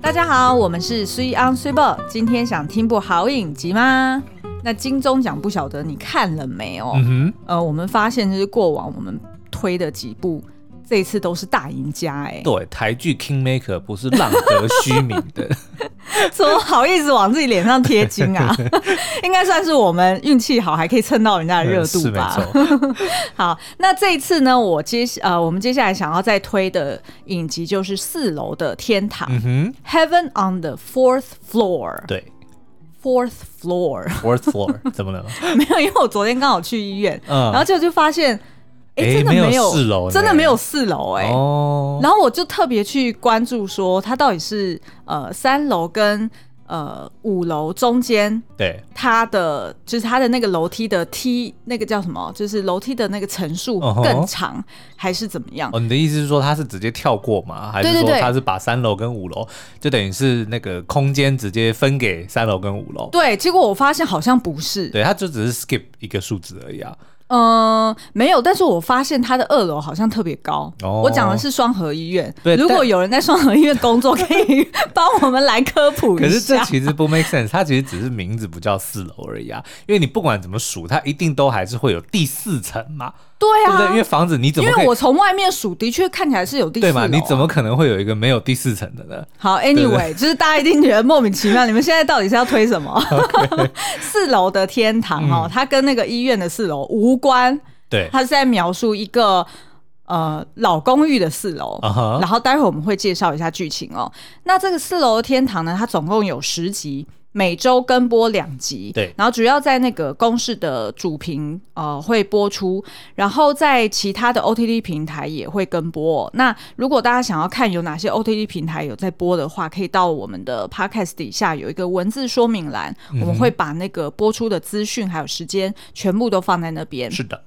大家好，我们是 s 安 e on e 今天想听部好影集吗？那金钟奖不晓得你看了没有？嗯呃，我们发现就是过往我们推的几部，这一次都是大赢家哎、哼，对，台剧《King Maker》不是浪得虚名 的，怎么好意思往自己脸上贴金啊？ 应该算是我们运气好，还可以蹭到人家的热嗯是度没吧。错。 好，那这一次呢，我接呃，我们接下来想要再推的影集就是四楼的天堂、嗯哼， （Heaven on the Fourth Floor）。对 Fourth floor， ，Fourth Floor 怎么了？ 没有，因为我昨天刚好去医院，嗯然后就就发现，哎、诶真的没有有四楼呢真的没有四楼哎、哦，然后我就特别去关注说，它到底是呃三楼跟呃五楼中间对，它的就是它的那个楼梯的梯那个叫什么，就是楼梯的那个层数嗯哼更长还是怎么样？哦，你的意思是说他是直接跳过吗？还对是对说对他是把三楼跟五楼，就等于是那个空间直接分给三楼跟五楼？对，结果我发现好像不是，对，他就只是 skip 一个数字而已啊。嗯、没有，但是我发现它的二楼好像特别高。哦我讲的是双河医院，对如果但有人在双河医院 工作，可以帮我们来科普可一是这下。其实不 make sense，它其实只是名字不叫四楼而已啊，因为你不管怎么数，它一定都还是会有第四层嘛，对对不对？啊，因为房子你怎因么可为以我从外面数，的确看起来是有第四对楼啊、嘛？你怎么可能会有一个没有第四层的呢？好？Anyway，就是大家一定觉得莫名其妙，你们现在到底是要推什 么？嗯 四楼的天堂哦，它跟那个医院的四楼无关，对，它是在描述一个呃老公寓的四楼。啊哈，然后待会我们会介绍一下剧情哦。那这个四楼的天堂呢，它总共有十集，每周跟播两集。对然后主要在那个公式的主屏呃会播出，然后在其他的 OTT 平台也会跟播哦、那如果大家想要看有哪些 OTT 平台有在播的话，可以到我们的 Podcast 底下有一个文字说明栏，嗯我们会把那个播出的资讯还有时间全部都放在那边。是的，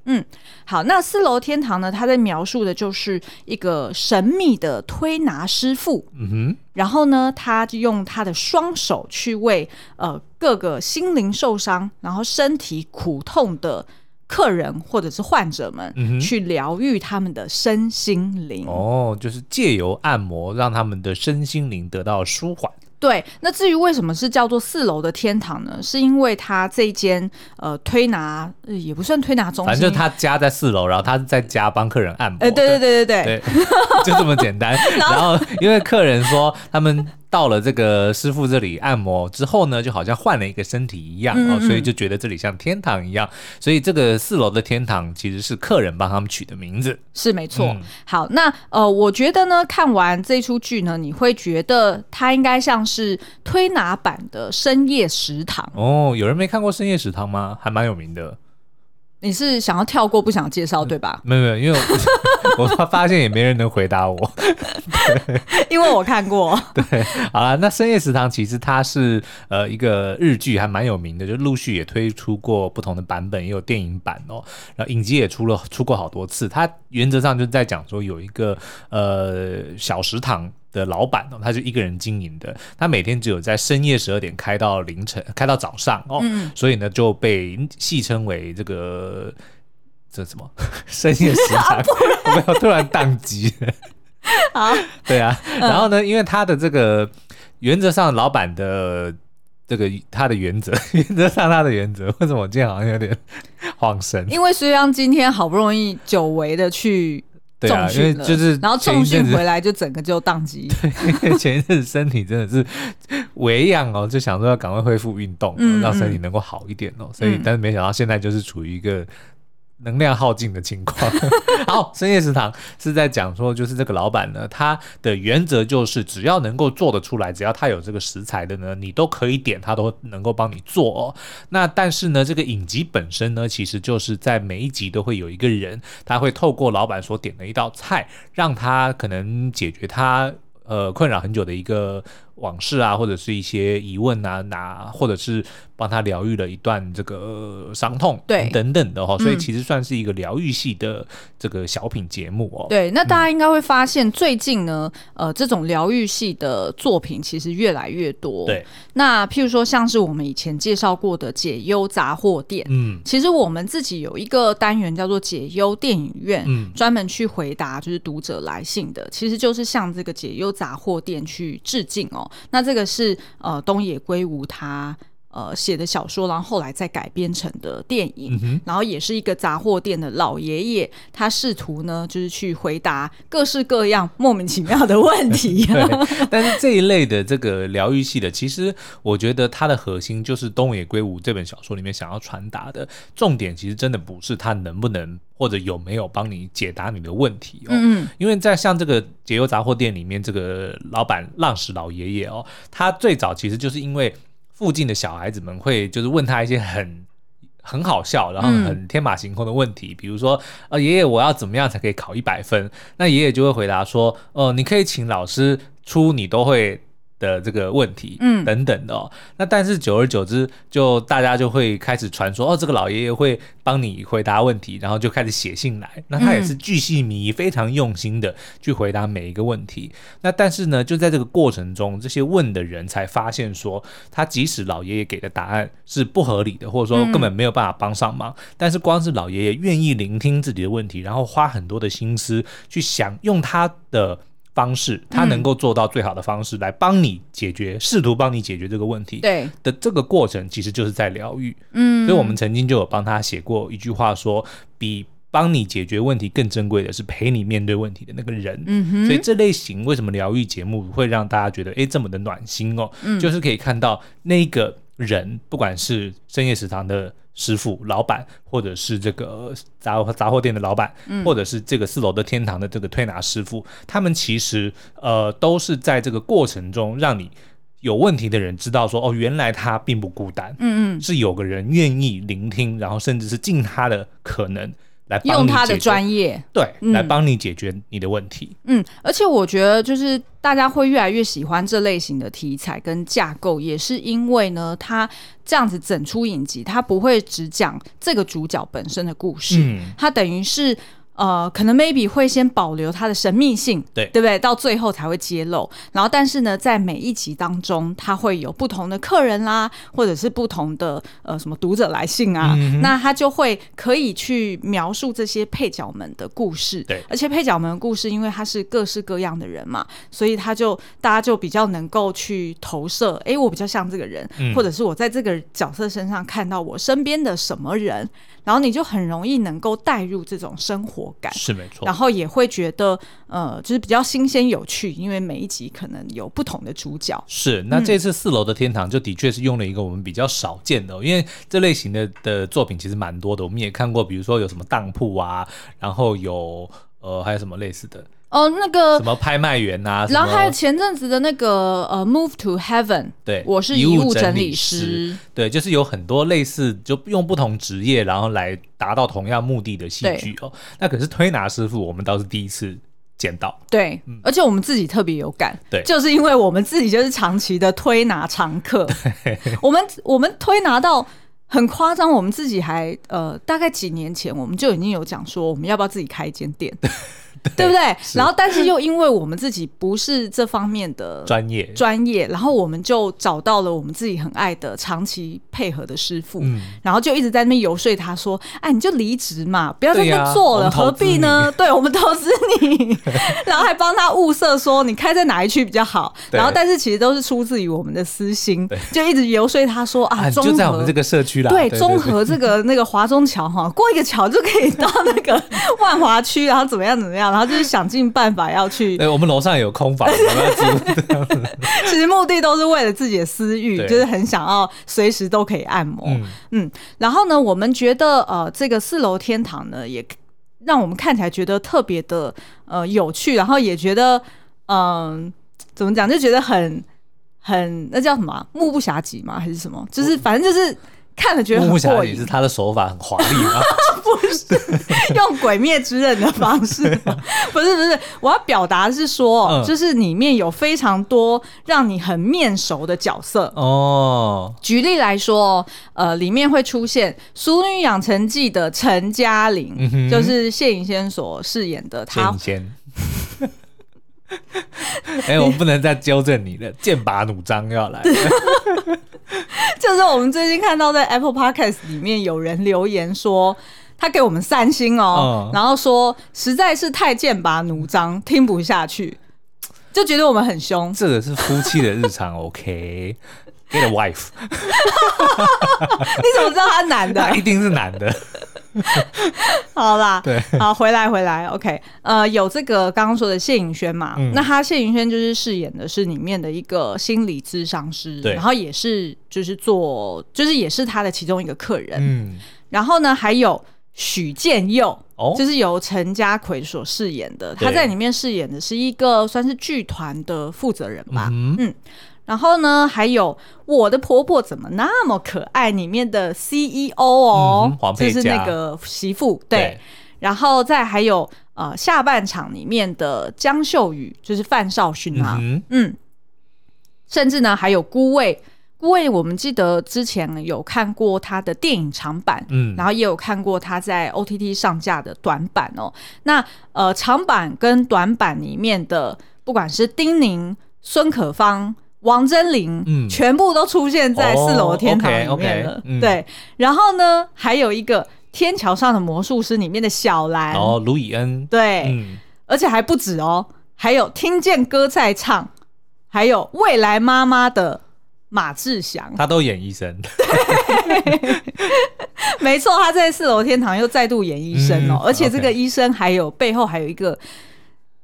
好，那四楼天堂呢？它在描述的就是一个神秘的推拿师傅，嗯然后呢，他就用他的双手去为呃各个心灵受伤，然后身体苦痛的客人或者是患者们，嗯哼去疗愈他们的身心灵。哼，哦，就是借由按摩让他们的身心灵得到舒缓。对，那至于为什么是叫做四楼的天堂呢？是因为它这一间呃推拿、呃也不算推拿中心，反正他家在四楼，然后他是在家帮客人按摩。呃对对对对对，对， 就这么简 单。然后因为客人说他们到了这个师傅这里按摩之后呢，就好像换了一个身体一样嗯哦，嗯所以就觉得这里像天堂一样。所以这个四楼的天堂其实是客人帮他们取的名字。是没错。嗯好，那呃，我觉得呢，看完这出剧呢，你会觉得它应该像是推拿版的《深夜食堂》。哦，有人没看过《深夜食堂》吗？还蛮有名的。你是想要跳过不想介嗯绍对 吧？没有没有，因为我我发现也没人能回答我。因为我看过，好啦，那《深夜食堂》其实它是呃一个日剧，还蛮有名的，就陆续也推出过不同的版本，也有电影版哦。然后影集也出了出过好多次。它原则上就在讲说有一个呃小食堂。的老板哦，他就一个人经营的，他每天只有在深夜十二点开到凌晨，开到早上哦，所以呢就被戏称为这个这什么 深夜食堂， 我没有突然宕机了。 好， 对啊，嗯然后呢，因为他的这个原则上，老板的这个他的原则， 原则上他的原则，为什么我今天好像有点晃神？因为虽然今天好不容易久违的去对重啊训了，因为就是然后重前一阵训子回来就整个就宕 机。因为前一阵子身体真的是维养哦，就想说要赶快恢复运动哦、嗯让身体能够好一点哦。所以嗯，但是没想到现在就是处于一个能量耗尽的情况。 好，深夜食堂是在讲说，就是这个老板呢，他的原则就是只要能够做得出来，只要他有这个食材的呢，你都可以点，他都能够帮你做哦。那但是呢，这个影集本身呢，其实就是在每一集都会有一个人，他会透过老板所点的一道菜，让他可能解决他呃困扰很久的一个往事啊，或者是一些疑问啊，拿或者是帮他疗愈了一段这个呃伤痛，对等等的哈、哦，所以嗯其实算是一个疗愈系的这个小品节目哦。对，那大家应该会发现，最近呢，呃，这种疗愈系的作品其实越来越多。对，那譬如说，像是我们以前介绍过的解忧杂货店，嗯，其实我们自己有一个单元叫做解忧电影院，嗯专门去回答就是读者来信的，其实就是向这个解忧杂货店去致敬哦。么？那这个是呃东野圭吾他呃写的小说，然后后来再改编成的电影。嗯 哼，然后也是一个杂货店的老爷爷，他试图呢，就是去回答各式各样莫名其妙的问题。 对。但是这一类的这个疗愈系的，其实我觉得它的核心就是东野圭吾这本小说里面想要传达的重点，其实真的不是他能不能或者有没有帮你解答你的问题哦。嗯嗯，因为在像这个解忧杂货店里面，这个老板浪矢老爷爷哦，他最早其实就是因为附近的小孩子们会就是问他一些很。很好笑，然后嗯很天马行空的问题，比如说，呃，爷爷，我要怎么样才可以考一百分？那爷爷就会回答说，呃，你可以请老师出你都会的这个问题，嗯等等的哦。那但是久而久之，就大家就会开始传说，哦，这个老爷爷会帮你回答问题，然后就开始写信来。那他也是巨细靡遗、非常用心的去回答每一个问题。那但是呢，就在这个过程中，这些问的人才发现说，他即使老爷爷给的答案是不合理的，或者说根本没有办法帮上忙，但是光是老爷爷愿意聆听自己的问题，然后花很多的心思去想，用他的。方式，他能够做到最好的方式来帮你解决，试图帮你解决这个问题对，的这个过程，其实就是在疗愈。嗯，所以我们曾经就有帮他写过一句话说，比帮你解决问题更珍贵的是陪你面对问题的那个人。嗯哼，所以这类型为什么疗愈节目会让大家觉得诶这么的暖心哦？嗯就是可以看到那个人，不管是深夜食堂的师傅、老板，或者是这个杂杂货店的老板，嗯或者是这个四楼的天堂的这个推拿师傅，他们其实呃都是在这个过程中让你。有问题的人知道说哦，原来他并不孤单，嗯嗯，是有个人愿意聆听，然后甚至是尽他的可能来帮用你他解的决专业，对、嗯来帮你解决你的问题。嗯，而且我觉得就是大家会越来越喜欢这类型的题材跟架构，也是因为呢，它这样子整出影集，它不会只讲这个主角本身的故事，嗯它等于是。呃，可能 maybe 会先保留它的神秘性，对对不对？到最后才会揭露。然后，但是呢，在每一集当中，它会有不同的客人啦，或者是不同的呃什么读者来信啊，嗯那他就会可以去描述这些配角们的故事。对而且配角们的故事，因为他是各式各样的人嘛，所以他就大家就比较能够去投射，诶，我比较像这个人，嗯或者是我在这个角色身上看到我身边的什么人，然后你就很容易能够带入这种生活感。是没错然。后也会觉得，呃，就是比较新鲜有趣，因为每一集可能有不同的主角。是，那这次四楼的天堂就的确是用了一个我们比较少见的哦、因为这类型的的作品其实蛮多的，我们也看过，比如说有什么当铺啊，然后有呃还有什么类似的，哦、那个什么拍卖员啊，什然后还有么前阵子的那个呃，《Move to Heaven》，对我是遗遗物物整整理理师师，对，就是有很多类似就用不同职业然后来达到同样目的的戏对剧哦。那可是推拿师傅，我们倒是第一次见到，对，而且我们自己特别有感，对就是因为我们自己就是长期的推拿常客，我们我们推拿到。很夸张，我们自己还呃，大概几年前我们就已经有讲说，我们要不要自己开一间店，对不对？然后，但是又因为我们自己不是这方面的专业，专业，然后我们就找到了我们自己很爱的长期配合的师傅，嗯然后就一直在那边游说他说：“哎，你就离职嘛，不要在那对呀啊边做了，我们何投资必呢？ 对我们投资你， 然后还帮他物色说你开在哪一区比较好。对然后但是其实都是出自于我们的私心，就一直游说他说啊，啊，综就在我合们这。”个社区啦，对，对综对合这个那个华中桥哈，过一个桥就可以到那个 万华区，然后怎么样怎么样，然后就是想尽办法要去对，我们楼上有空房，我们要租。 其实目的都是为了自己的私欲对，就是很想要随时都可以按摩。嗯嗯然后呢，我们觉得呃，这个四楼天堂呢，也让我们看起来觉得特别的呃有趣，然后也觉得嗯、怎么讲，就觉得很很那叫什么啊目不暇接嘛，还是什么？就是反正就是。看了觉得木很木侠过也瘾是，他的手法很华丽 啊嘛， 用《鬼灭之刃》的方式吗，不是不是，我要表达的是说，嗯就是里面有非常多让你很面熟的角色，哦，举例来说，呃，里面会出现《淑女养成记》的陈嘉玲，嗯哼就是谢颖仙所饰演的她剑。仙。 哎、我不能再纠正你了，剑拔弩张又要来了。就是我们最近看到在 Apple Podcast 里面有人留言说。他给我们三星哦，嗯然后说实在是太剑拔弩张，听不下去。就就觉得我们很凶。这个是夫妻的日常，OK。Get a wife， 你怎么知道他男的 他？一定是男的，好啦，对，好，回来回来，OK，呃，有这个刚刚说的谢颖轩嘛，嗯那他谢颖轩就是饰演的是里面的一个心理咨商师，对然后也是就是做就是也是他的其中一个客人，嗯，然后呢还有许建佑，哦，就是由陈家奎所饰演的，对他在里面饰演的是一个算是剧团的负责人吧。嗯哼，然后呢，还有我的婆婆怎么那么可爱里面的 CEO 哦嗯，黄佩就嘉是那个媳妇对。然后再还有呃下半场里面的江秀宇，就是范少勋嗯啊，哼，嗯甚至呢还有孤味，孤味我们记得之前有看过他的电影长版，嗯，然后也有看过他在 OTT 上架的短版哦。那呃，长版跟短版里面的，不管是丁宁、孙可芳、王真玲，嗯全部都出现在哦四楼的天堂里 OK，OK，面了。嗯对，然后呢，还有一个《天桥上的魔术师》里面的小兰，然后卢以恩，对，哦嗯，而且还不止哦，还有听见歌在唱，还有未来妈妈的马志祥。他都演医生， 没错，他在四楼天堂又再度演医生哦，嗯而且这个 OK 医生还有背后还有一个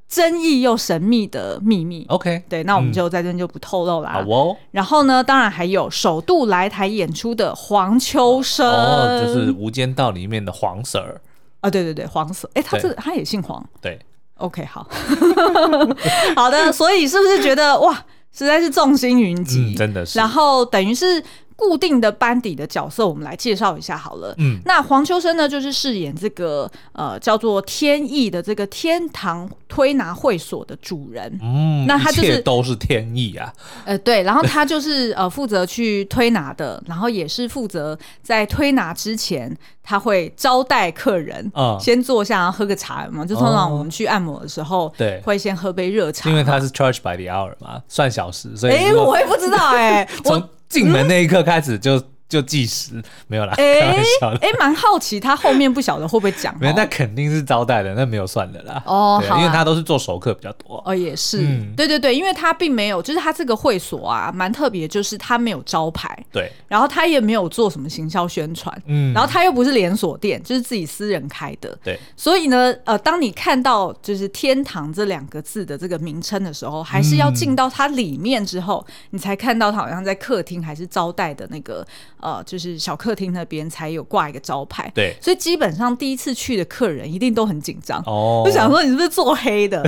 争议又神秘的秘密。 OK，对，那我们嗯就在这边就不透露啦。好哦，然后呢，当然还有首度来台演出的黄秋生，哦，就是《无间道》里面的黄 Sir，啊，对对对，黄色，哎，他对这他也姓黄。对， OK，好， 好的，所以是不是觉得哇，实在是众星云集，嗯，真的是然，后等于是固定的班底的角色，我们来介绍一下好了。嗯，那黄秋生呢，就是饰演这个呃叫做天意的这个天堂推拿会所的主人，嗯，那他一就是切都是天意啊，呃对，然后他就是呃负责去推拿的，然后也是负责在推拿之前，他会招待客人，啊，先坐下然后喝个茶嘛，就通常我哦们去按摩的时候，对会先喝杯热茶因。为他是 charge by the hour 嘛，算小时，所以哎，如果我也不知道哎、我 嗯从进门那一刻开始就就计时，没有啦，哎开玩笑的，哎蛮好奇他后面不晓得会不会讲哦，没有，那肯定是招待的，那没有算的啦。哦对好啊因为他都是做熟客比较多。哦，也是，嗯对对对，因为它并没有，就是它这个会所啊，蛮特别，就是它没有招牌，对，然后它也没有做什么行销宣传，嗯，然后它又不是连锁店，就是自己私人开的，对，所以呢，呃，当你看到就是“天堂”这两个字的这个名称的时候，还是要嗯进到它里面之后，你才看到它好像在客厅还是招待的那个呃，就是小客厅那边才有挂一个招牌，对，所以基本上第一次去的客人一定都很紧张。哦，啊就想，说你是不是做黑 的？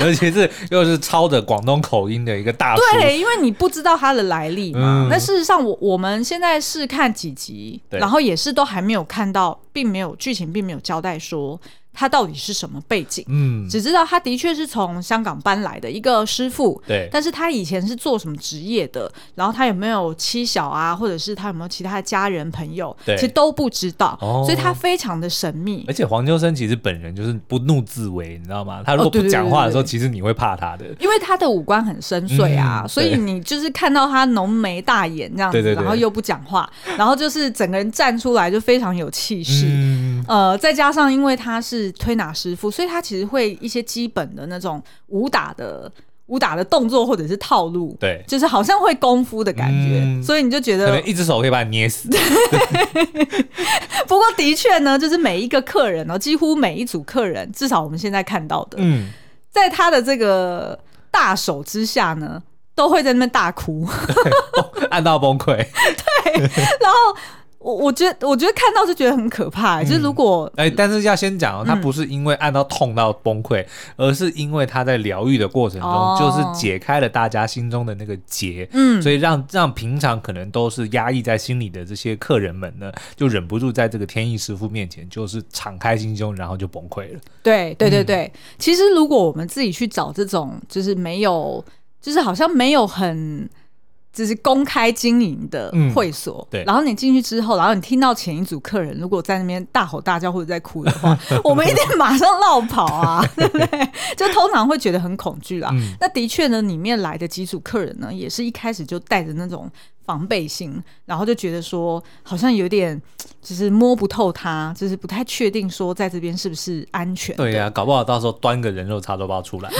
尤其是又是抄着广东口音的一个大叔，对，因为你不知道他的来历嘛嗯。那、事实上我，我们现在是看几集，对然后也是都还没有看到，并没有剧情，并没有交代说他到底是什么背景，嗯，只知道他的确是从香港搬来的一个师傅。对，但是他以前是做什么职业的？然后他有没有妻小啊，或者是他有没有其他的家人朋友？对其实都不知道，哦所以他非常的神秘而。且黄秋生其实本人就是不怒自威，你知道吗？他如哦果对不对讲对话的时候，对其实你会怕他的。因为他的五官很深邃啊，嗯所以对你就是看到他浓眉大眼这样子，对对对然后又不讲话，然后就是整个人站出来就非常有气势。嗯，呃，再加上因为他是推拿师傅，所以他其实会一些基本的那种武打的武打的动作或者是套路，对，就是好像会功夫的感觉，嗯所以你就觉可得能。一只手可以把你捏死。不过的确呢，就是每一个客人哦，几乎每一组客人，至少我们现在看到的，嗯，在他的这个大手之下呢，都会在那边大哭。按到崩溃。我我觉得，我觉得看到就觉得很可怕、欸就是如果哎、但是要先讲哦，他不是因为按到痛到崩溃，而是因为他在疗愈的过程中，哦就是解开了大家心中的那个结，嗯所以让让平常可能都是压抑在心里的这些客人们呢，就忍不住在这个天意师傅面前，就是敞开心胸，然后就崩溃了。对对嗯对对，其实如果我们自己去找这种，就是没有，就是好像没有很。就是公开经营的嗯会所，对然后你进去之后，然后你听到前一组客人如果在那边大吼大叫或者在哭的 话，我们一定马上绕跑啊，对不对？就通常会觉得很恐惧啦。嗯那的确呢，里面来的几组客人呢，也是一开始就带着那种防备心，然后就觉得说好像有点就是摸不透它，就是不太确定说在这边是不是安全。对呀、搞不好到时候端个人肉叉烧包出来。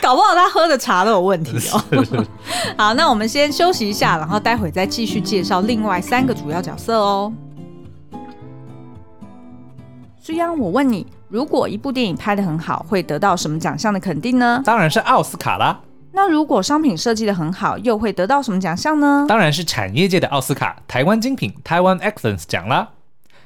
搞不好他喝的茶都有问题哦。是 好，那我们先休息一下，然后待会再继续介绍另外三个主要角色哦。虽然我问你，如果一部电影拍得很好，会得到什么奖项的肯定呢？当然是奥斯卡啦，那如果商品设计得很好，又会得到什么奖项呢？当然是产业界的奥斯卡——台湾精品台湾 Excellence 奖啦。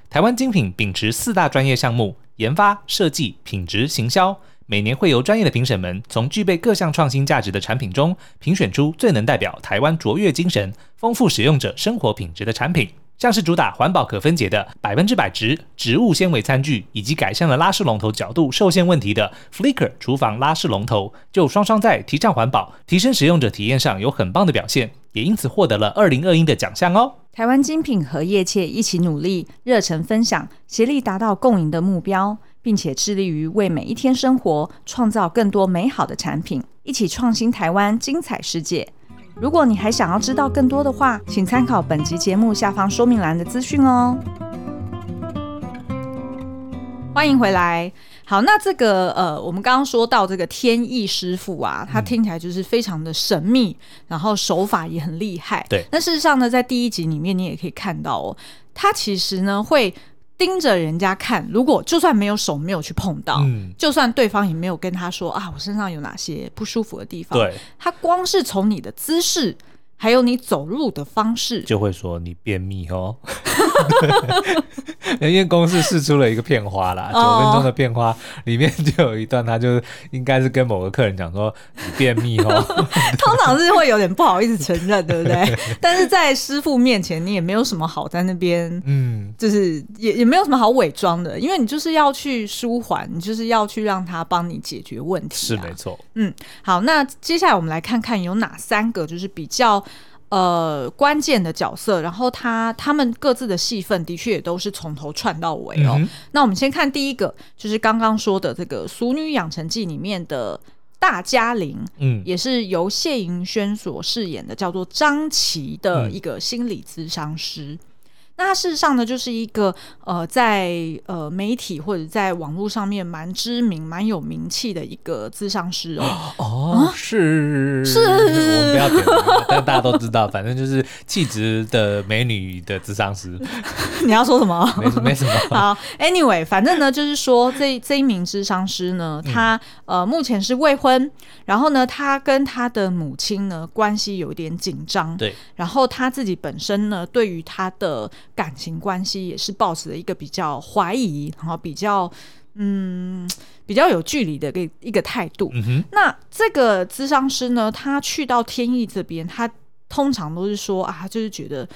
台湾精品秉持四大专业项目：研发、设计、品质、行销。每年会由专业的评审们从具备各项创新价值的产品中，评选出最能代表台湾卓越精神、丰富使用者生活品质的产品。像是主打环保可分解的百分之百植植物纤维餐具，以及改善了拉式龙头角度受限问题的 Flicker 厨房拉式龙头，就双双在提倡环保、提升使用者体验上有很棒的表现，也因此获得了二零二一的奖项哦。台湾精品和业界一起努力，热忱分享，协力达到共赢的目标，并且致力于为每一天生活创造更多美好的产品，一起创新台湾，精彩世界。如果你还想要知道更多的话，请参考本集节目下方说明栏的资讯哦。欢迎回来。好，那这个呃，我们刚刚说到这个天意师傅啊，嗯他听起来就是非常的神秘，然后手法也很厉害。对那事实上呢，在第一集里面你也可以看到哦，他其实呢会盯着人家看，如果就算没有手没有去碰到，嗯，就算对方也没有跟他说啊，我身上有哪些不舒服的地方，对，他光是从你的姿势，还有你走路的方式， 就会说你便秘哦。 因为公式试出了一个片花啦，九哦分钟的片花里面就有一段，他就应该是跟某个客人讲说你便秘 哦，通常是会有点不好意思承认，对不 对？但是在师傅面前，你也没有什么好在那边。嗯，就是也也没有什么好伪装的，因为你就是要去舒缓，你就是要去让他帮你解决问题、是啊。没错，好，那接下来我们来看看有哪三个就是比较呃关键的角色，然后他他们各自的戏份的确也都是从头串到尾哦。嗯哼那我们先看第一个，就是刚刚说的这个《俗女养成记》里面的大嘉玲，嗯，也是由谢盈萱所饰演的，叫做张琪的一个心理咨商师。那他事实上呢，就是一个呃，在呃媒体或者在网络上面蛮知名、蛮有名气的一个咨商师 哦。哦，是是我们不要点名，但大家都知道，反正就是气质的美女的智 商师，你要说什么？没 没什么，好，Anyway，反正呢，就是说这这一名智商师呢，他、呃目前是未婚，然后呢，他跟他的母亲呢关系有一点紧张，对，然后他自己本身呢，对于他的感情关系也是抱持了一个比较怀疑，然后比较嗯比较有距离的一个一个态度。嗯哼，那这个咨商师呢，他去到天意这边，他通常都是说啊，他就是觉得。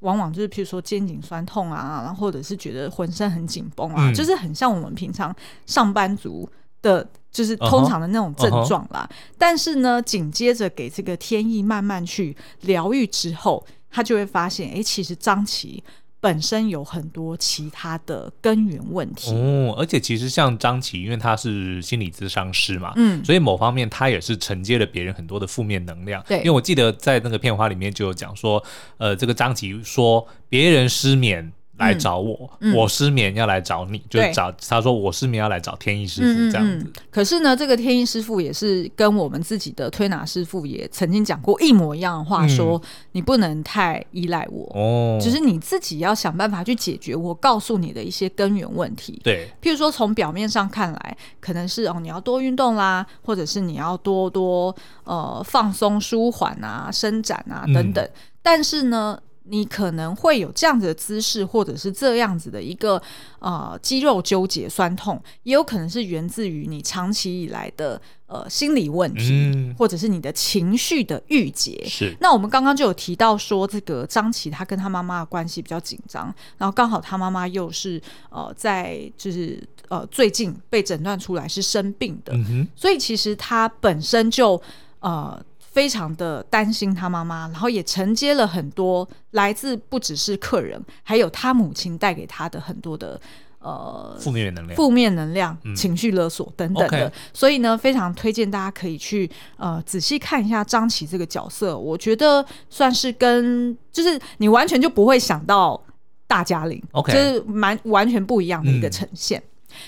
往往就是，譬如说肩颈酸痛啊，然后或者是觉得浑身很紧绷啊，嗯就是很像我们平常上班族的，就是嗯哼通常的那种症状啦。但是呢，紧接着给这个天意慢慢去疗愈之后，他就会发现，哎，其实张琪本身有很多其他的根源问题。哦，而且其实像张琪，因为她是心理咨商师嘛，嗯所以某方面她也是承接了别人很多的负面能量。对因为我记得在那个片花里面就有讲说，呃，这个张琪说别人失眠。来找我，嗯嗯我失眠要来找你，就对是找他说我失眠要来找天意师嗯傅这样嗯子嗯。可是呢，这个天意师傅也是跟我们自己的推拿师傅也曾经讲过一模一样的话，嗯说你不能太依赖我，哦，只是你自己要想办法去解决我告诉你的一些根源问题。对，譬如说，从表面上看来，可能是哦，你要多运动啦，或者是你要多多呃放松、舒缓啊、伸展啊嗯等等。但是呢，你可能会有这样子的姿势，或者是这样子的一个呃肌肉纠结、酸痛，也有可能是源自于你长期以来的呃心理问题，嗯，或者是你的情绪的郁结。是，那我们刚刚就有提到说，这个张琪她跟她妈妈的关系比较紧张，然后刚好她妈妈又是呃在就是呃最近被诊断出来是生病的，嗯哼，所以其实她本身就呃非常的担心她妈妈，然后也承接了很多来自不只是客人，还有她母亲带给她的很多的呃负面能量，负面能量、嗯情绪勒索等等的 OK 所以呢，非常推荐大家可以去呃仔细看一下张琪这个角色，我觉得算是跟就是你完全就不会想到大家玲 OK 嗯就是蛮完全不一样的一个呈现。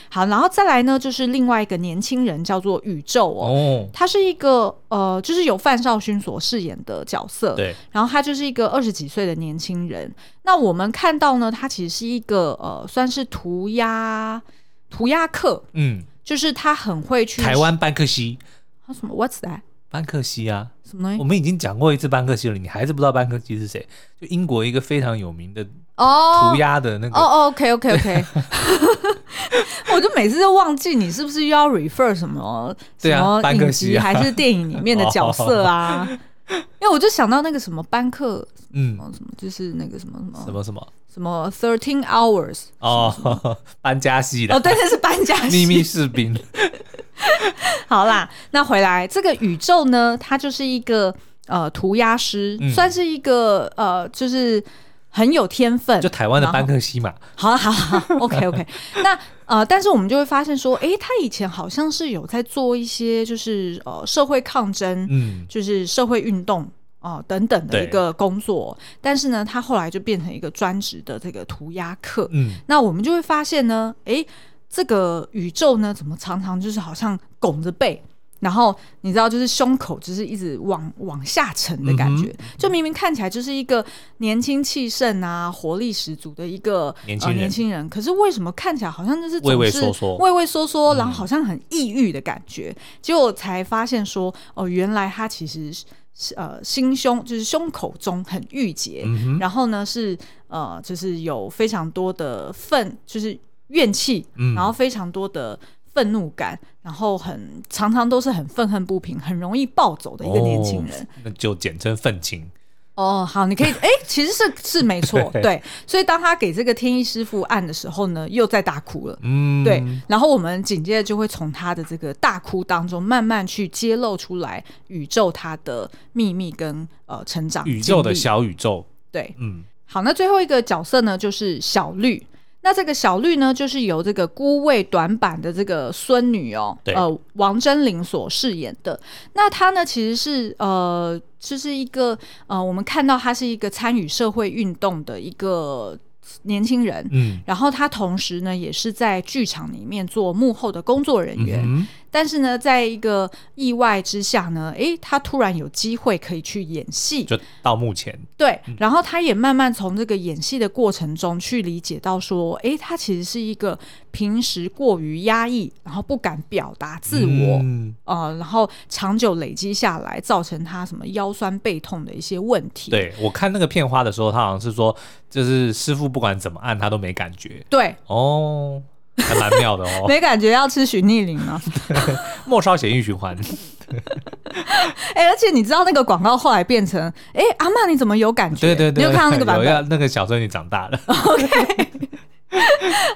好，然后再来呢，就是另外一个年轻人叫做宇宙哦，哦，他是一个呃，就是由范少勋所饰演的角色，对，然后他就是一个二十几岁的年轻人。那我们看到呢，他其实是一个呃，算是涂鸦涂鸦客，嗯，就是他很会去台湾班克西，他什么 What's that 班克西啊，什么东西我们已经讲过一次班克西了，你还是不知道班克西是谁？就英国一个非常有名的哦涂鸦的那哦个，哦，OK OK OK，我就每次都忘记你是不是又要 refer 什么、对什啊么班克影西集、啊哦还是电影里面的角色 啊？因为我就想到那个什么班克什，嗯么什么，就是那个什么啊什么什么什么什么 Thirteen Hours 哦， 班加西哦，的对，那是搬家秘密士 兵，好啦，那回来这个宇宙呢，它就是一个呃涂鸦师，嗯算是一个呃，就是很有天分就。台湾的班克西嘛，好好好，OK OK 那。呃，但是我们就会发现说，诶，他以前好像是有在做一些就是呃社会抗争，嗯，就是社会运动哦、等等的对一个工作。但是呢，他后来就变成一个专职的这个涂鸦客。嗯，那我们就会发现呢，诶，这个宇宙呢，怎么常常就是好像拱着背，然后你知道，就是胸口就是一直往往下沉的感觉，嗯就明明看起来就是一个年轻气盛啊、活力十足的一个年轻呃、人年轻人，可是为什么看起来好像就是总畏畏是缩缩畏畏缩缩，嗯然后好像很抑郁的感觉？结果才发现说，哦，原来他其实是。是呃，心胸就是胸口中很郁结，嗯然后呢是呃，就是有非常多的愤，就是怨气，嗯然后非常多的愤怒感，然后很常常都是很愤恨不平，很容易暴走的一个年轻人。哦哼，那就简称愤青，哦，好，你可以， 哎，其实是是没错，对对。所以当他给这个天意师傅按的时候呢，又在大哭了。嗯，对，然后我们紧接着就会从他的这个大哭当中，慢慢去揭露出来宇宙他的秘密跟呃成长宇宙经的历小宇宙，对，嗯，好，那最后一个角色呢，就是小绿。那这个小绿呢，就是由这个孤味短板的这个孙女哦，对呃，王真玲所饰演的。那她呢，其实是呃，就是一个呃，我们看到她是一个参与社会运动的一个年轻人，嗯，然后她同时呢，也是在剧场里面做幕后的工作人员。嗯但是呢，在一个意外之下呢，诶，她突然有机会可以去演戏，就嗯到目前，对，然后他也慢慢从这个演戏的过程中去理解到说，诶，他其实是一个平时过于压抑，然后不敢表达自我，嗯呃，然后长久累积下来，造成他什么腰酸背痛的一些问题。对我看那个片花的时候，他好像是说，就是师傅不管怎么按，他都没感觉对。哦，还蛮妙的 哦。没感觉要吃许逆灵吗？末梢血液 循环，哎、而且你知道那个广告后来变成，哎、阿嬷你怎么有感觉？对对对，你有看到那个版有本要？那个小孙女 长大了，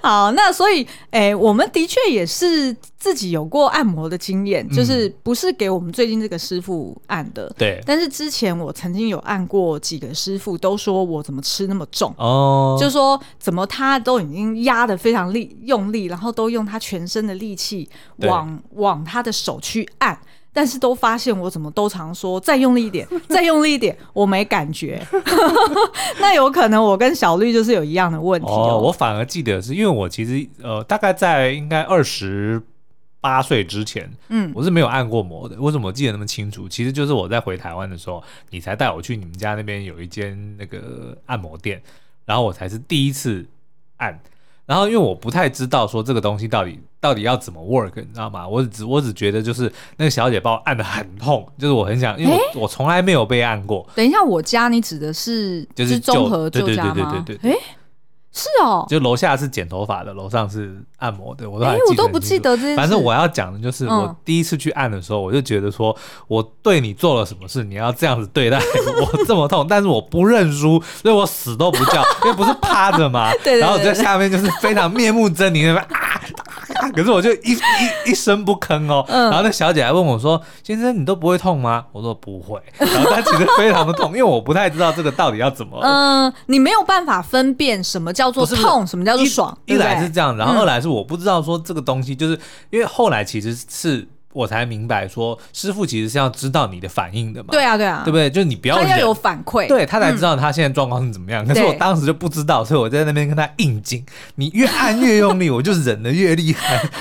好，那所以，诶，我们的确也是自己有过按摩的经验，就是不是给我们最近这个师傅按的，嗯对但是之前我曾经有按过几个师傅，都说我怎么吃那么重。哦，就说怎么他都已经压得非常力用力，然后都用他全身的力气对往往他的手去按，但是都发现我怎么都常说再用力一点， 再用力一点，我没感觉。 那有可能我跟小绿就是有一样的问题哦，哦。我反而记得是因为我其实呃，大概在应该二十八岁之前，嗯我是没有按过摩的。为什么我记得那么清楚？其实就是我在回台湾的时候，你才带我去你们家那边有一间那个按摩店，然后我才是第一次按。然后因为我不太知道说这个东西到底到底要怎么 work，你知道吗？我只我只觉得就是那个小姐把我按的很痛，就是我很想，因为我、我从来没有被按过，等一下，我家你指的是就是是综合旧旧家对对对吗？对对对哎，是哦，就楼下是剪头发的，楼上是按摩的，我都还哎记，我得都很不清记楚得这件事。反正我要讲的就是，嗯我第一次去按的时候，我就觉得说，我对你做了什么事，你要这样子对待 我，这么痛，但是我不认输，所以我死都 不叫，因为不是趴着嘛。 对对对然后我在下面就是非常面目狰狞，那边啊啊啊！可是我就一一一声不吭哦。嗯然后那小姐还问我说：“先生，你都不会痛吗？”我说：“不会。”然后她其实非常的痛，因为我不太知道这个到底要怎么。嗯，你没有办法分辨什么叫做呃不是不是痛，什么叫做一爽，一对不来对是嗯这样，然后二来是我不知道说这个东西，就是因为后来其实是我才明白说，师傅其实是要知道你的反应的嘛，对啊，对啊，对不对？就是你不要他要忍有反馈，对他才知道他现在状况是怎么样。可是对我当时就不知道，所以我在那边跟他硬劲，你越按越用力，我就忍的越厉害。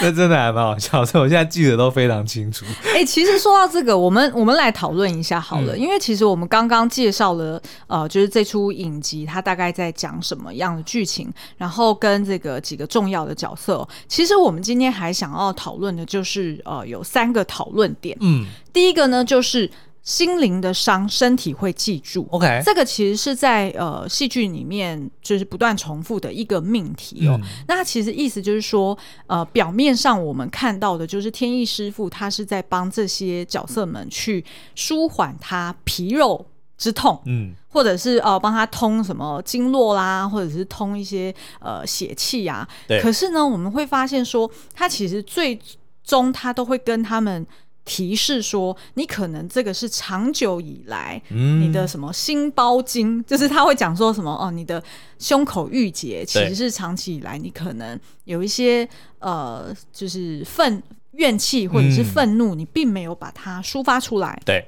那真的还蛮好笑，所以我现在记得都非常清楚。 哎、其实说到这个，我们我们来讨论一下好了，因为其实我们刚刚介绍了，呃，就是这出影集它大概在讲什么样的剧情，然后跟这个几个重要的角色哦、其实我们今天还想要讨论的就是，呃，有三个讨论点。嗯第一个呢，就是心灵的伤，身体会记住。 ，OK，这个其实是在呃戏剧里面就是不断重复的一个命题哦。嗯那它其实意思就是说，呃，表面上我们看到的就是天意师傅他是在帮这些角色们去舒缓他皮肉之痛，嗯，或者是呃帮他通什么经络啦，或者是通一些呃血气啊。对可是呢，我们会发现说，他其实最终他都会跟他们。提示说，你可能这个是长久以来，嗯你的什么心包经，就是他会讲说什么哦，你的胸口郁结其实是长期以来你可能有一些呃，就是愤怨气或者是嗯愤怒，你并没有把它抒发出来，对，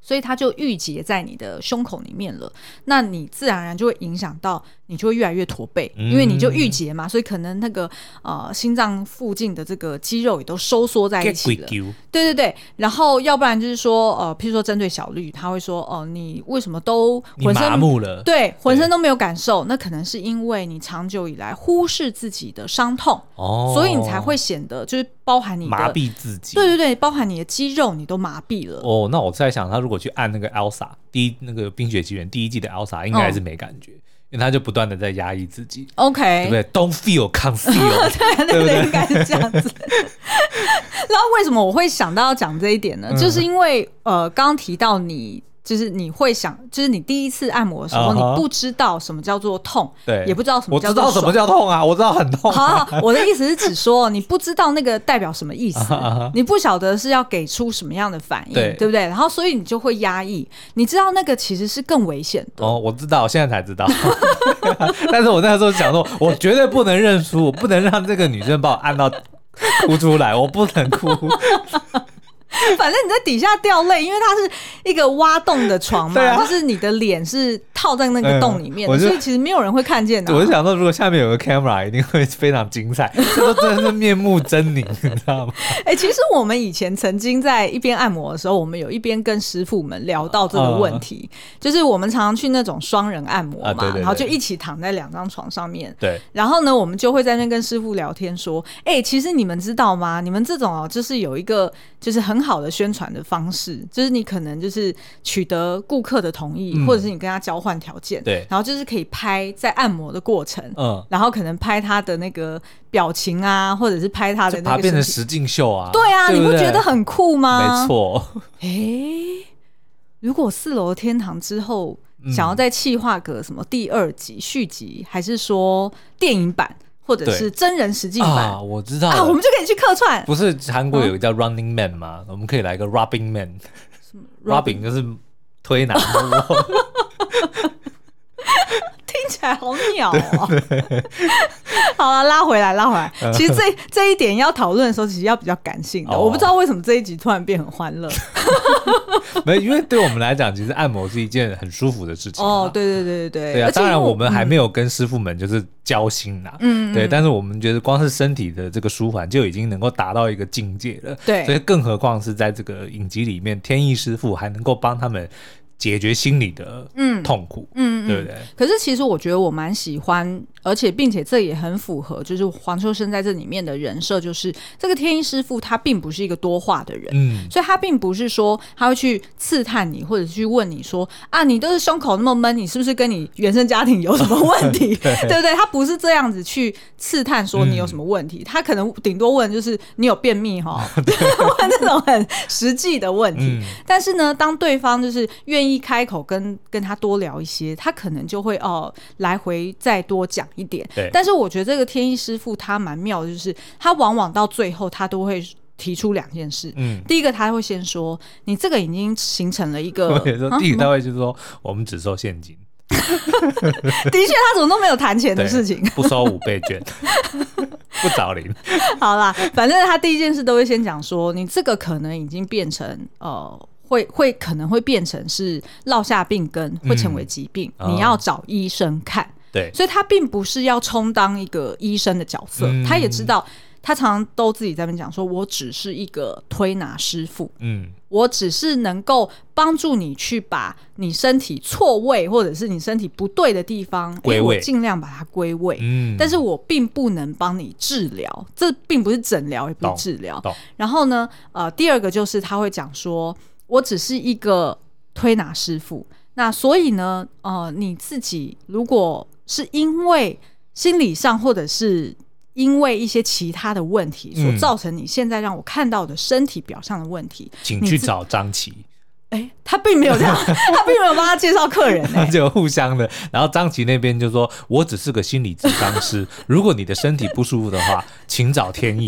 所以它就郁结在你的胸口里面了。那你自然而然就会影响到，你就会越来越驼背，嗯因为你就郁结嘛，所以可能那个呃心脏附近的这个肌肉也都收缩在一起了。丢，对对对，然后要不然就是说，呃，譬如说针对小绿，他会说，哦、你为什么都你浑身麻木了，对浑身都没有感受？那可能是因为你长久以来忽视自己的伤痛，哦，所以你才会显得就是包含你的麻。痹自己。对对对，包含你的肌肉你都麻痹了。哦，那我在想，他如果去按那个 Elsa 第一那个《冰雪奇缘》第一季的 Elsa，应嗯该是没感觉，因为他就不断的在压抑自己，对 OK，不对？Don't feel, conceal，对对不对应该是这样 子。然后为什么我会想到要讲这一点嗯呢？就是因为呃，刚刚提到你。就是你会想，就是你第一次按摩的时候啊哈你不知道什么叫做痛，对，也不知道什么我叫知做道什么爽叫痛啊，我知道很痛、啊。好好，我的意思是指说， 你不知道那个代表什么意思啊哈啊哈，你不晓得是要给出什么样的反应，对不对？然后所以你就会压抑，你知道那个其实是更危险的。哦，我知道，我现在才知道。 但是我那时候想说，我绝对不能认输，我不能让这个女生把我按到哭出来，我不能哭。 反正你在底下掉泪，因为它是一个挖洞的床嘛，对啊就是你的脸是套在那个洞里面的，嗯我就所以其实没有人会看见的、啊我就想说，如果下面有个 camera，一定会非常精彩。这都真的是面目狰狞，你知道吗？哎、其实我们以前曾经在一边按摩的时候，我们有一边跟师傅们聊到这个问题，就是我们常常去那种双人按摩嘛，嗯啊对对对然后就一起躺在两张床上面，对，然后呢，我们就会在那边跟师傅聊天，说：“哎、其实你们知道吗？你们这种哦，就是有一个就是很好的宣传的方式，就是你可能就是取得顾客的同意，嗯或者是你跟他交换条件，对然后就是可以拍在按摩的过程，嗯，然后可能拍他的那个表情啊，或者是拍他的把那它个变成身体实境秀啊。对啊，你不不觉得？很酷吗？没。错，哎、如果四楼天堂之后嗯想要再气化个什么第二集、续集，还是说电影版，或者对是真人实境版啊，啊我知道我了们。就啊可以去客串。不是韩国有个叫 Running Man 吗？我们可以来个 Robbing Man。Robbing 就是 推拿，听起来好鸟哦、 好了，拉回来，拉回 来。其实这这一点要讨论的时候，其实要比较感性的。嗯哦啊我不知道为什么这一集突然变很欢 乐。没，因为对我们来讲，其实按摩是一件很舒服的事情啊。哦，对对对对对，对啊而，且当然因为我们还没有跟师傅们就是交心啦，嗯，对，但是我们觉得光是身体的这个舒缓就已经能够达到一个境界了，对所以更何况是在这个影集里面，天意师傅还能够帮他们解决心理的嗯痛苦，嗯，对不对？可是其实我觉得我蛮喜欢，而且并且这也很符合，就是黄秋生在这里面的人设，就是这个天一师傅他并不是一个多话的人。嗯，所以他并不是说他会去刺探你，或者去问你说啊，你都是胸口那么闷，你是不是跟你原生家庭有什么问题？ 对不对？他不是这样子去刺探说你有什么问题，他可能顶多问就是你有便秘哈，嗯 问这种很实际的问题。但是呢，当对方就是愿意开口跟跟他多聊一些，他可能就会哦、来回再多讲一点。对但是我觉得这个天意师傅他蛮妙的，就是他往往到最后他都会提出两件事。嗯，第一个他会先说，你这个已经形成了一个， 我也说啊第一什个么单位就是说，我们只收现金，的确他怎么都没有谈钱的对事情。不收五倍券， 不找零。 好啦，反正他第一件事都会先讲说，你这个可能已经变成呃。会会可能会变成是落下病根，会成为疾病，哦你要找医生看。对，所以他并不是要充当一个医生的角色，嗯他也知道，他常常都自己在那边讲说，我只是一个推拿师傅，嗯，我只是能够帮助你去把你身体错位或者是你身体不对的地方，诶归位我尽量把它归位。嗯，但是我并不能帮你治疗，这并不是诊疗，也不懂是治疗懂。然后呢，呃，第二个就是他会讲说，我只是一个推拿师傅，那所以呢，呃，你自己如果是因为心理上或者是因为一些其他的问题所嗯造成你现在让我看到的身体表象的问题，请你去自找张琪，哎、他并没有这 样，他并没有帮他介绍客人、哎。就互相的。然后张琪那边就说：“我只是个心理咨商师，如果你的身体不舒服的话，请找天意。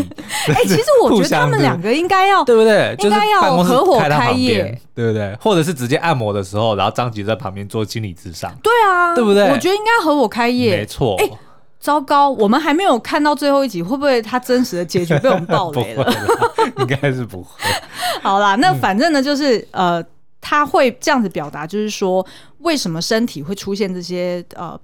哎、其实我觉得 他们两个应该要”对不对？就应是该要办公室合伙开到开旁业边，对不对？或者是直接按摩的时候，然后张琪在旁边做心理咨商，对啊，对不对我觉得应该和我开业，没错。哎糟糕，我们还没有看到最后一集，会不会它真实的结局被我们爆 不雷会了？啦，应该是不会。嗯好啦，那反正呢，就是、呃，他会这样子表达，就是说为什么身体会出现这些呃。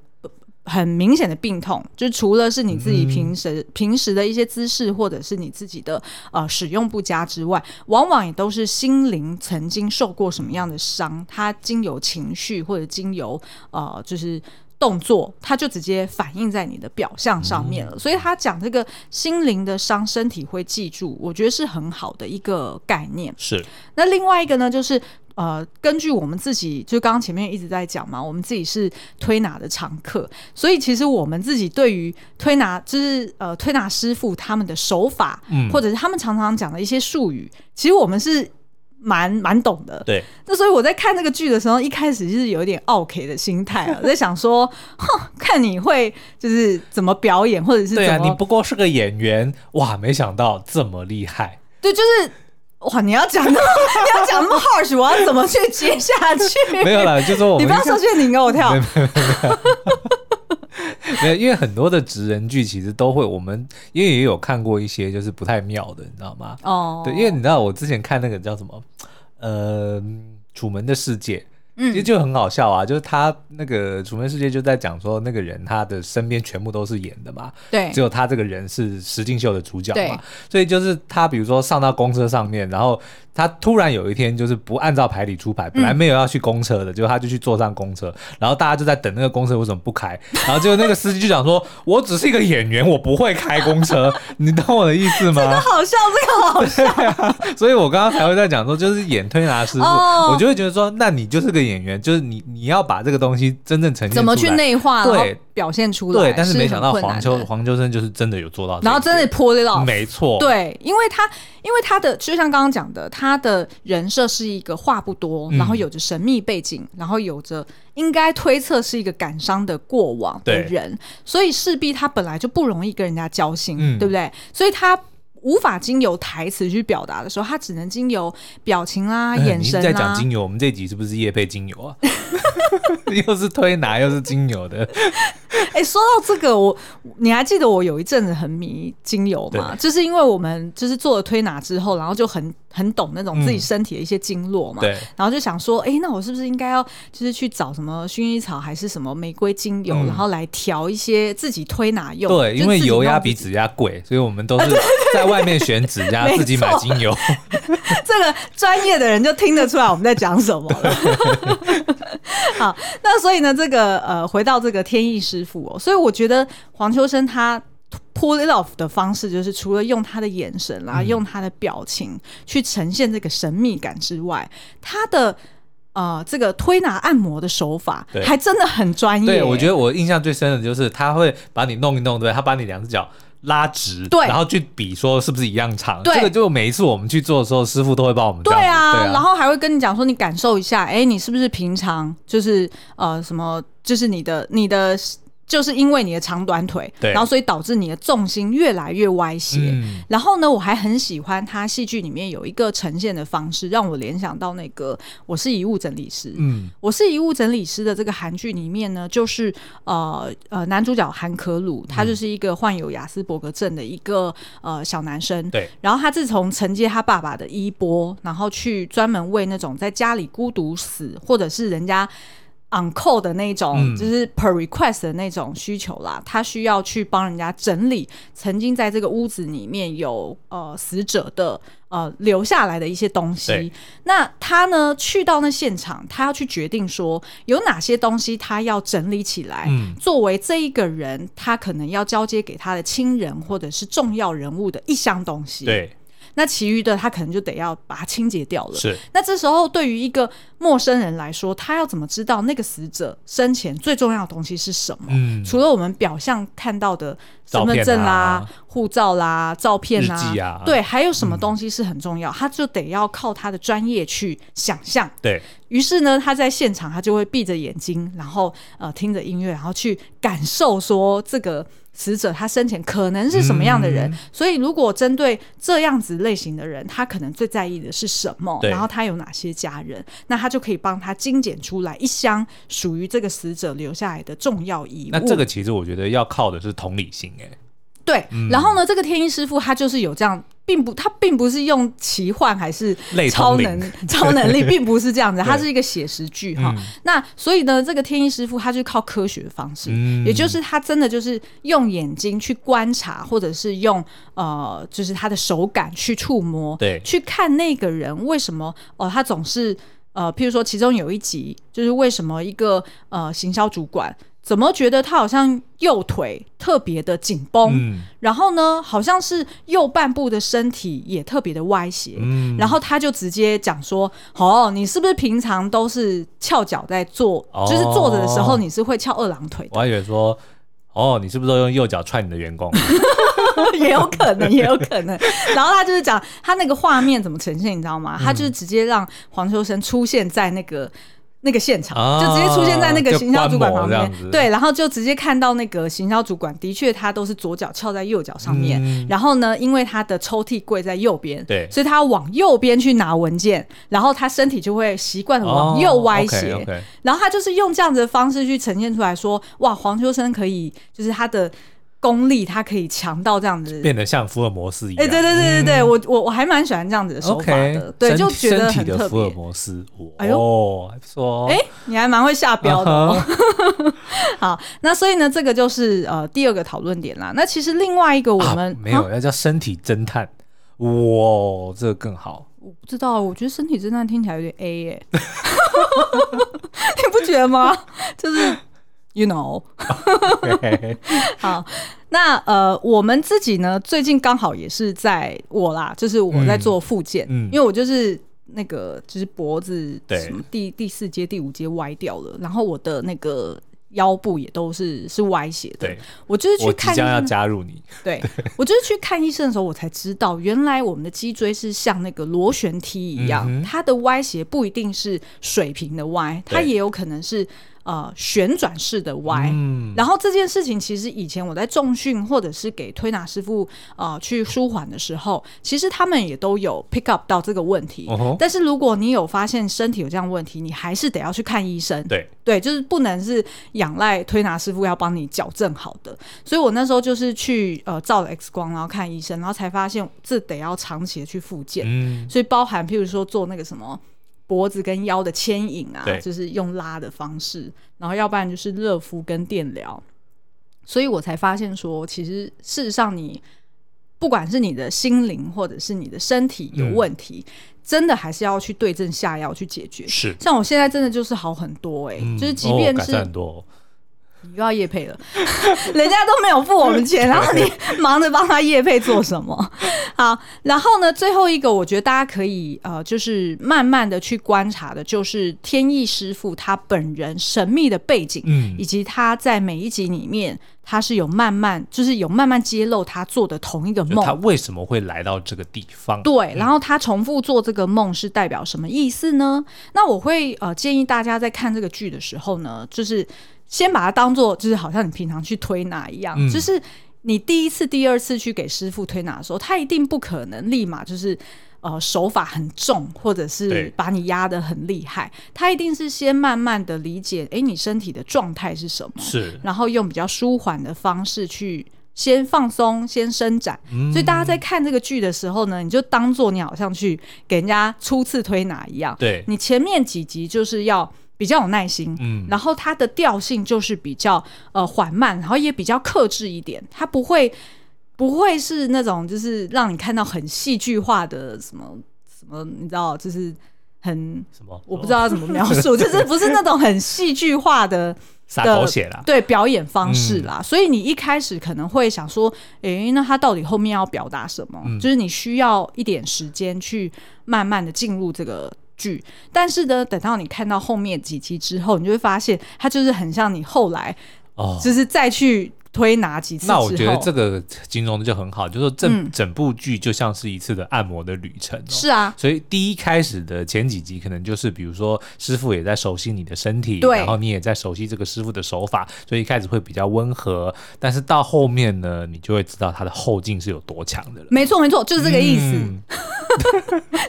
很明显的病痛，就除了是你自己平时、平时的一些姿势，或者是你自己的呃使用不佳之外，往往也都是心灵曾经受过什么样的伤，它经由情绪或者经由呃就是动作，它就直接反映在你的表象上面了。所以他讲这个心灵的伤，身体会记住，我觉得是很好的一个概念。是，那另外一个呢，就是呃，根据我们自己，就刚刚前面一直在讲嘛，我们自己是推拿的常客，所以其实我们自己对于推拿，就是呃推拿师傅他们的手法，嗯或者是他们常常讲的一些术语，其实我们是。蛮蛮懂的，对，那所以我在看这个剧的时候，一开始就是有一点 OK 的心态啊，在想说， 哼，看你会就是怎么表演，或者是怎么对啊，你不过是个演员，哇，没想到这么厉害。对，就是哇，你要讲那么你要讲那么 harsh，我要怎么去接下 去？没 有啦，就哦说我你们不要上去，你给我跳。 没有，因为很多的职人剧其实都会，我们因为也有看过一些就是不太妙的，你知道吗？哦，对，因为你知道我之前看那个叫什么，呃，《楚门的世界》。嗯其实就很好笑啊，就是他那个《楚门世界》就在讲说，那个人他的身边全部都是演的嘛，对只有他这个人是实境秀的主角对嘛，所以就是他，比如说上到公车上面，然后他突然有一天就是不按照牌理出牌，本嗯来没有要去公车的，结果他就去坐上公车，然后大家就在等那个公车为什么不开，然后结果那个司机就讲说：“我只是一个演员，我不会开公 车，你懂我的意思吗好笑，这个好笑。？” 所以我刚刚才会在讲说，就是演推拿师傅，哦我就会觉得说，那你就是个演员，就是你你要把这个东西真正呈现怎么去出来内化，对然后表现出来？对，但是没想到很困黄难秋的黄秋生就是真的有做到这一点，然后真的 pull it off。没错，对，因为他，因为他的，就像刚刚讲的，他的人设是一个话不多，嗯然后有着神秘背景，然后有着应该推测是一个感伤的过往的对人，所以势必他本来就不容易跟人家交心，嗯对不对？所以他。无法经由台词去表达的时候，他只能经由表情啦、哎眼 你一直神啊在啦讲。精油，我们这集是不是夜配精油啊？ 又是推拿，又是精油的， 哎、说到这个，我你还记得我有一阵子很迷精油吗？就是因为我们就是做了推拿之后，然后就很很懂那种自己嗯身体的一些经络嘛。对，然后就想说，哎、那我是不是应该要就是去找什么薰衣草还是什么玫瑰精油，嗯然后来调一些自己推拿用？对，就是因为自己油压弄比指压贵，所以我们都 是在外面选指压，没自己买错精油。这个专业的人就听得出来我们在讲什么 了。好，那所以呢，这个呃，回到这个天意师傅哦，所以我觉得黄秋生他 pull it off 的方式，就是除了用他的眼神啦、嗯用他的表情去呈现这个神秘感之外，他的。呃，这个推拿按摩的手法对还真的很专业耶、对，我觉得我印象最深的就是他会把你弄一弄，对，他把你两只脚。拉直，对然后去比说是不是一样长。对这个就每一次我们去做的时候，师傅都会帮我们这对样子。啊，对啊，然后还会跟你讲说，你感受一下，哎，你是不是平常就是呃什么，就是你的你的就是因为你的长短腿，对然后所以导致你的重心越来越歪斜。嗯，然后呢，我还很喜欢他戏剧里面有一个呈现的方式，让我联想到那个《我是遗物整理师》。嗯，我是遗物整理师的这个韩剧里面呢，就是呃呃，男主角韩可鲁，他就是一个患有雅斯伯格症的一个呃小男生。对。然后他自从承接他爸爸的衣钵，然后去专门为那种在家里孤独死，或者是人家 on call 的那种，嗯就是 per request 的那种需求啦，他需要去帮人家整理曾经在这个屋子里面有呃死者的呃留下来的一些东西对。那他呢去到那现场，他要去决定说有哪些东西他要整理起来，嗯作为这一个人，他可能要交接给他的亲人或者是重要人物的一箱东西。，对，那其余的他可能就得要把它清洁掉了。是，那这时候，对于一个陌生人来说，他要怎么知道那个死者生前最重要的东西是什么？嗯，除了我们表象看到的身份证啦、照片啊护照啦、照片啦、日记啊对，还有什么东西是很重要？他就得要靠他的专业去想象。对，于是呢，他在现场他就会闭着眼睛，然后呃听着音乐，然后去感受说这个死者他生前可能是什么样的人。嗯所以，如果针对这样子类型的人，他可能最在意的是什么，对然后他有哪些家人，那他就可以帮他精简出来一箱属于这个死者留下来的重要遗物。那这个其实我觉得要靠的是同理心，哎，对，然后呢，这个天一师傅他就是有这样，并不，他并不是用奇幻还是类超通灵能 超能 力，并不是这样子，它对是一个写实剧哈嗯。那所以呢，这个天一师傅他就靠科学方式，嗯也就是他真的就是用眼睛去观察，或者是用呃，就是他的手感去触摸，对去看那个人为什么哦，他总是呃，譬如说其中有一集就是为什么一个呃行销主管怎么觉得他好像右腿特别的紧绷，嗯然后呢，好像是右半部的身体也特别的歪斜。嗯，然后他就直接讲说：“哦，你是不是平常都是翘脚在坐？哦就是坐着的时候你是会翘二郎腿的我还以为说，哦，你是不是都用右脚踹你的 员工？也有可能，也有可能。然后他就是讲他那个画面怎么呈现，你知道嗯吗？他就是直接让黄秋生出现在那个。那个现场、啊就直接出现在那个行销主管旁就观摩这样子边，对，然后就直接看到那个行销主管，的确他都是左脚翘在右脚上面，嗯然后呢，因为他的抽屉柜在右边，对所以他要往右边去拿文件，然后他身体就会习惯的哦往右歪斜， o k 然后他就是用这样子的方式去呈现出来说，哇，黄秋生可以，就是他的功力，他可以强到这样子。变得像福尔摩斯一哎、样。对对对对对，我我我还蛮喜欢这样子的手法的 OK，对，身就觉得身很体特的福尔别。摩斯，哎呦哦，还不错哦，哎、你还蛮会下标 的、哦。啊哈好，那所以呢，这个就是呃第二个讨论点啦。那其实另外一个我们、啊没啊有，要叫身体侦探，哇，这个更 好。我不知道，我觉得身体侦探听起来有点 A 耶、 你不觉得吗？就是 you know，对好，那呃，我们自己呢，最近刚好也是在我啦，就是我在做复健，嗯嗯因为我就是那个就是脖子对什么第第四节、第五节歪掉了，然后我的那个腰部也都是是歪斜的对。，我就是去我即看医将要生，加入你，对我就是去看医生的时候，我才知道原来我们的脊椎是像那个螺旋梯一样，嗯哼它的歪斜不一定是水平的歪，它对也有可能是呃旋转式的歪。嗯，然后这件事情，其实以前我在重训或者是给推拿师傅呃去舒缓的时候，其实他们也都有 pick up 到这个问题。哦吼但是如果你有发现身体有这样的问题，你还是得要去看医生。对，对，就是不能是仰赖推拿师傅要帮你矫正好的。所以我那时候就是去呃照了 X 光，然后看医生，然后才发现这得要长期的去复健。嗯，所以包含譬如说做那个什么脖子跟腰的牵引啊对，就是用拉的方式，然后要不然就是热敷跟电疗。所以我才发现说，其实事实上你不管是你的心灵或者是你的身体嗯有问题，真的还是要去对症下药去解决。是，像我现在真的就是好很多哎、嗯就是即哦便改是、善很多哦，你又要夜配了， 人家都没有付我们钱，然后 你忙着帮他夜配做什么？ 好，然后呢，最后一个我觉得大家可以呃，就是慢慢的去观察的，就是天意师傅他本人神秘的背景，嗯以及他在每一集里面他是有慢慢就是有慢慢揭露他做的同一个就梦他。为什么会来到这个地方？嗯对，然后他重复做这个梦是代表什么意思呢？那我会呃建议大家在看这个剧的时候呢，就是先把它当做就是好像你平常去推拿一样，嗯就是你第一次、第二次去给师傅推拿的时候，他一定不可能立马就是呃手法很重，或者对是把你压得很厉害，他一定是先慢慢的理解，诶，你身体的状态是什么，是然后用比较舒缓的方式去。先放松，先伸展，嗯所以大家在看这个剧的时候呢，你就当做你好像去给人家初次推拿一样，对，你前面几集就是要比较有耐心，嗯，然后它的调性就是比较呃缓慢，然后也比较克制一点，它不会不会是那种就是让你看到很戏剧化的什么什么，你知道，就是很什么哦我不知道要怎么描述，就是不是那种很戏剧化的撒的狗血啦，嗯对表演方式啦，所以你一开始可能会想说，诶，那他到底后面要表达什么？嗯就是你需要一点时间去慢慢的进入这个剧，但是呢，等到你看到后面几集之后，你就会发现，它就是很像你后来哦。就是再去推拿几次之那后，我觉得这个形容的就很好，就是说整、嗯整部剧就像是一次的按摩的旅程、哦。是啊，所以第一开始的前几集可能就是，比如说师傅也在熟悉你的身体，对然后你也在熟悉这个师傅的手法，所以一开始会比较温和，但是到后面呢，你就会知道他的后劲是有多强的了。没错没错，就是这个意思。嗯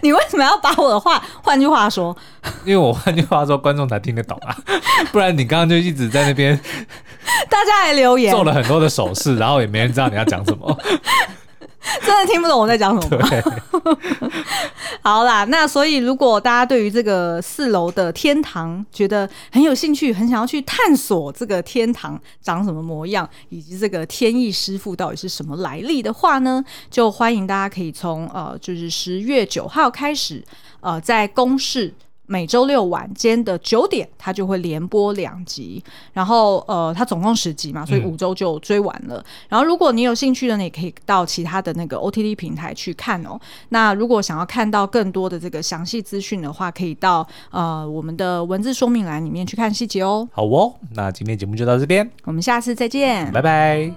你为什么要把我的话？换句话说，因为我换句话说，观众才听得懂啊， 不然你刚刚就一直在那边大家来留言，做了很多的手势，然后也没人知道你要讲什么。真的听不懂我在讲什么。对， 好啦，那所以如果大家对于这个四楼的天堂觉得很有兴趣，很想要去探索这个天堂长什么模样，以及这个天意师傅到底是什么来历的话呢，就欢迎大家可以从呃，就是十月九号开始，呃，在公视。每周六晚间的九点，它就会连播两集，然后呃，它总共十集嘛，所以嗯五周就追完了。然后如果你有兴趣的呢，也可以到其他的那个 OTT 平台去看哦。那如果想要看到更多的这个详细资讯的话，可以到呃我们的文字说明栏里面去看细节哦。好哦，那今天节目就到这边，我们下次再见，拜拜。